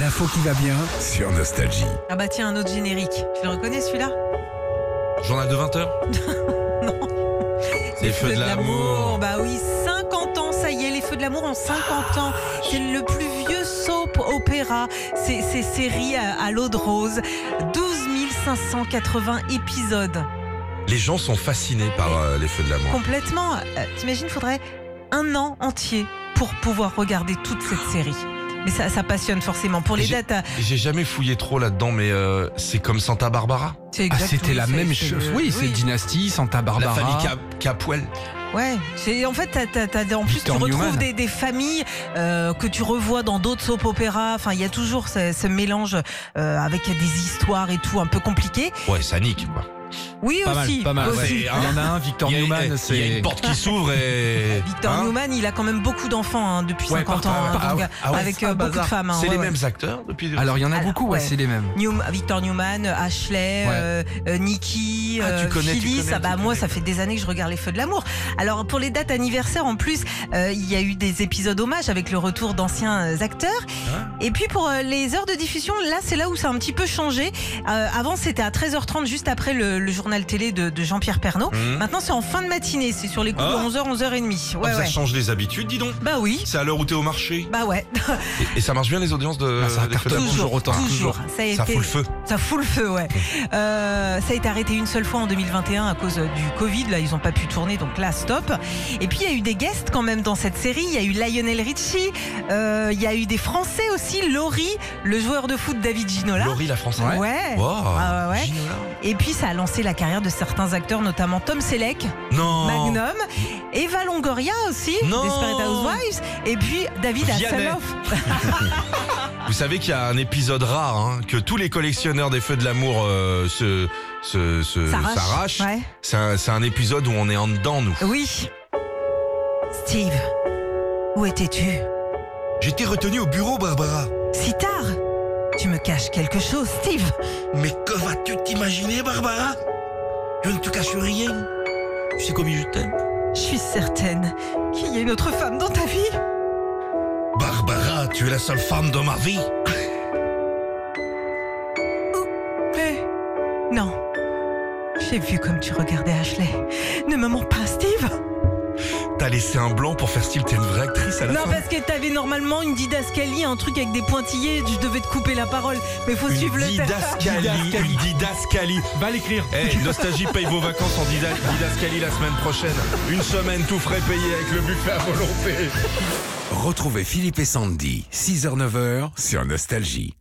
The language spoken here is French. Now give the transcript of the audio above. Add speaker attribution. Speaker 1: l'info qui va bien.
Speaker 2: sur Nostalgie.
Speaker 3: Ah bah tiens, un autre générique. Tu le reconnais celui-là
Speaker 4: Journal de 20h C'est les feux de l'amour.
Speaker 3: Bah oui, 50 ans, ça y est, les feux de l'amour en 50 ans. C'est le plus vieux soap opéra. C'est ces séries à, à l'eau de rose. 12 580 épisodes.
Speaker 4: Les gens sont fascinés par euh, les feux de l'amour.
Speaker 3: Complètement. euh, T'imagines, il faudrait un an entier pour pouvoir regarder toute cette série. Mais ça, ça passionne forcément. Pour les
Speaker 4: J'ai-
Speaker 3: dates, euh, à-
Speaker 4: J'ai jamais fouillé trop là-dedans, mais euh, c'est comme Santa Barbara.
Speaker 3: c'est
Speaker 1: Ah,
Speaker 3: exact-
Speaker 1: c'était
Speaker 3: oui,
Speaker 1: la
Speaker 3: c'est-
Speaker 1: même
Speaker 3: c'est
Speaker 1: chose.
Speaker 3: le-
Speaker 1: Oui, c'est Dynasty, Santa
Speaker 4: La famille
Speaker 1: Barbara.
Speaker 4: Cap- Capwell.
Speaker 3: Ouais, c'est en fait, t'as- t'as- t'as- en plus
Speaker 1: Victor
Speaker 3: tu
Speaker 1: Newman.
Speaker 3: retrouves des, des familles euh, que tu revois dans d'autres soap opéras. Enfin, il y a toujours ce, ce mélange euh, avec des histoires et tout un peu compliqué.
Speaker 4: Ouais, ça nique. Quoi.
Speaker 3: Oui
Speaker 1: Pas mal,
Speaker 3: aussi.
Speaker 1: pas mal.
Speaker 3: aussi.
Speaker 1: ouais. Il y en a un, Victor
Speaker 4: hein. Il y a- eh,
Speaker 1: Newman,
Speaker 4: Il y a
Speaker 1: c'est.
Speaker 4: une porte qui s'ouvre et.
Speaker 3: euh, Victor
Speaker 4: Hein
Speaker 3: Newman, il a quand même beaucoup d'enfants hein, depuis
Speaker 1: Ouais,
Speaker 3: 50 ans,
Speaker 1: par-
Speaker 3: hein,
Speaker 1: par-
Speaker 3: donc,
Speaker 1: ah ouais, ah ouais,
Speaker 3: avec
Speaker 1: c'est un
Speaker 3: euh, beaucoup de
Speaker 1: bazar.
Speaker 3: femmes. hein,
Speaker 4: C'est
Speaker 3: ouais,
Speaker 4: les
Speaker 3: ouais.
Speaker 4: mêmes acteurs depuis.
Speaker 1: Alors il y en a
Speaker 3: Alors,
Speaker 1: beaucoup, ouais,
Speaker 3: ouais.
Speaker 1: c'est les mêmes.
Speaker 3: Newm- Victor Newman, Ashley,
Speaker 1: Ouais.
Speaker 3: euh, euh, Nikki,
Speaker 4: Ah, tu
Speaker 3: euh,
Speaker 4: connais, tu
Speaker 3: Philly,
Speaker 4: connais,
Speaker 3: ça
Speaker 4: tu
Speaker 3: bah moi
Speaker 4: connais.
Speaker 3: ça fait des années que je regarde les feux de l'amour. Alors pour les dates anniversaires en plus, euh, il y a eu des épisodes hommages avec le retour d'anciens euh, acteurs.
Speaker 4: Ah.
Speaker 3: Et puis pour euh, les heures de diffusion, là c'est là où ça a un petit peu changé. Euh, avant c'était à 13h30 juste après le, le journal télé de, de Jean-Pierre Pernaud.
Speaker 4: Hmm.
Speaker 3: Maintenant c'est en fin de matinée, c'est sur les coups
Speaker 4: Ah.
Speaker 3: de 11h 11h30.
Speaker 4: Ah,
Speaker 3: ah, Ouais
Speaker 4: ça
Speaker 3: ouais.
Speaker 4: change les habitudes, dis donc.
Speaker 3: Bah oui.
Speaker 4: C'est à l'heure où t'es au marché.
Speaker 3: Bah ouais,
Speaker 4: Et, et ça marche bien les audiences de.
Speaker 1: Ah, ça
Speaker 4: des feux de
Speaker 1: cartonne
Speaker 4: l'amour
Speaker 1: toujours autant.
Speaker 3: toujours. Ça, a
Speaker 4: Ça
Speaker 3: été-
Speaker 4: fout le feu.
Speaker 3: Ça fout le feu, ouais. Euh, ça a été arrêté une seule fois en 2021 à cause euh, du Covid. Là, ils n'ont pas pu tourner, donc là, stop. Et puis, il y a eu des guests quand même dans cette série. Il y a eu Lionel Richie, euh, il y a eu des Français aussi, Laurie, le joueur de foot David Ginola.
Speaker 4: Laurie la française.
Speaker 3: Ouais.
Speaker 4: Wow.
Speaker 3: Ah ouais, ouais.
Speaker 4: Ginola.
Speaker 3: Et puis, ça a lancé la carrière de certains acteurs, notamment Tom Selleck,
Speaker 4: Non.
Speaker 3: Magnum, Eva Longoria aussi,
Speaker 4: Oh. Non.
Speaker 3: Desperate Housewives, et puis David
Speaker 4: Vianney.
Speaker 3: Hasselhoff.
Speaker 4: Vous savez qu'il y a un épisode rare hein, que tous les collectionneurs des feux de l'amour euh, se se- se-
Speaker 3: S'arrache.
Speaker 4: s'arrachent.
Speaker 3: Ouais.
Speaker 4: C'est un, c'est un épisode où on est en dedans nous.
Speaker 3: Oui. Steve, où étais-tu
Speaker 4: J'étais retenu au bureau, Barbara.
Speaker 3: Si tard Tu me caches quelque chose, Steve
Speaker 5: Mais que vas-tu t'imaginer, Barbara Je ne te cache rien. Tu sais combien je t'aime.
Speaker 3: Je suis certaine qu'il y a une autre femme dans ta vie.
Speaker 5: Barbara, tu es la seule femme de ma vie.
Speaker 3: Mais... Non. J'ai vu comme tu regardais Ashley. Ne me mens pas, Steve
Speaker 4: T'as laissé un blanc pour faire style t'es une vraie actrice à la
Speaker 3: Non,
Speaker 4: fin.
Speaker 3: parce que t'avais normalement une didascalie, un truc avec des pointillés, je devais te couper la parole. Mais faut
Speaker 4: Une
Speaker 3: suivre le texte.
Speaker 4: didascalie,
Speaker 1: Didascalie.
Speaker 4: une didascalie.
Speaker 1: Va l'écrire.
Speaker 4: Eh, Nostalgie paye vos vacances en dida- didascalie la semaine prochaine. Une semaine tout frais payé avec le buffet à volonté.
Speaker 2: Retrouvez Philippe et Sandy, 6h-9h sur Nostalgie.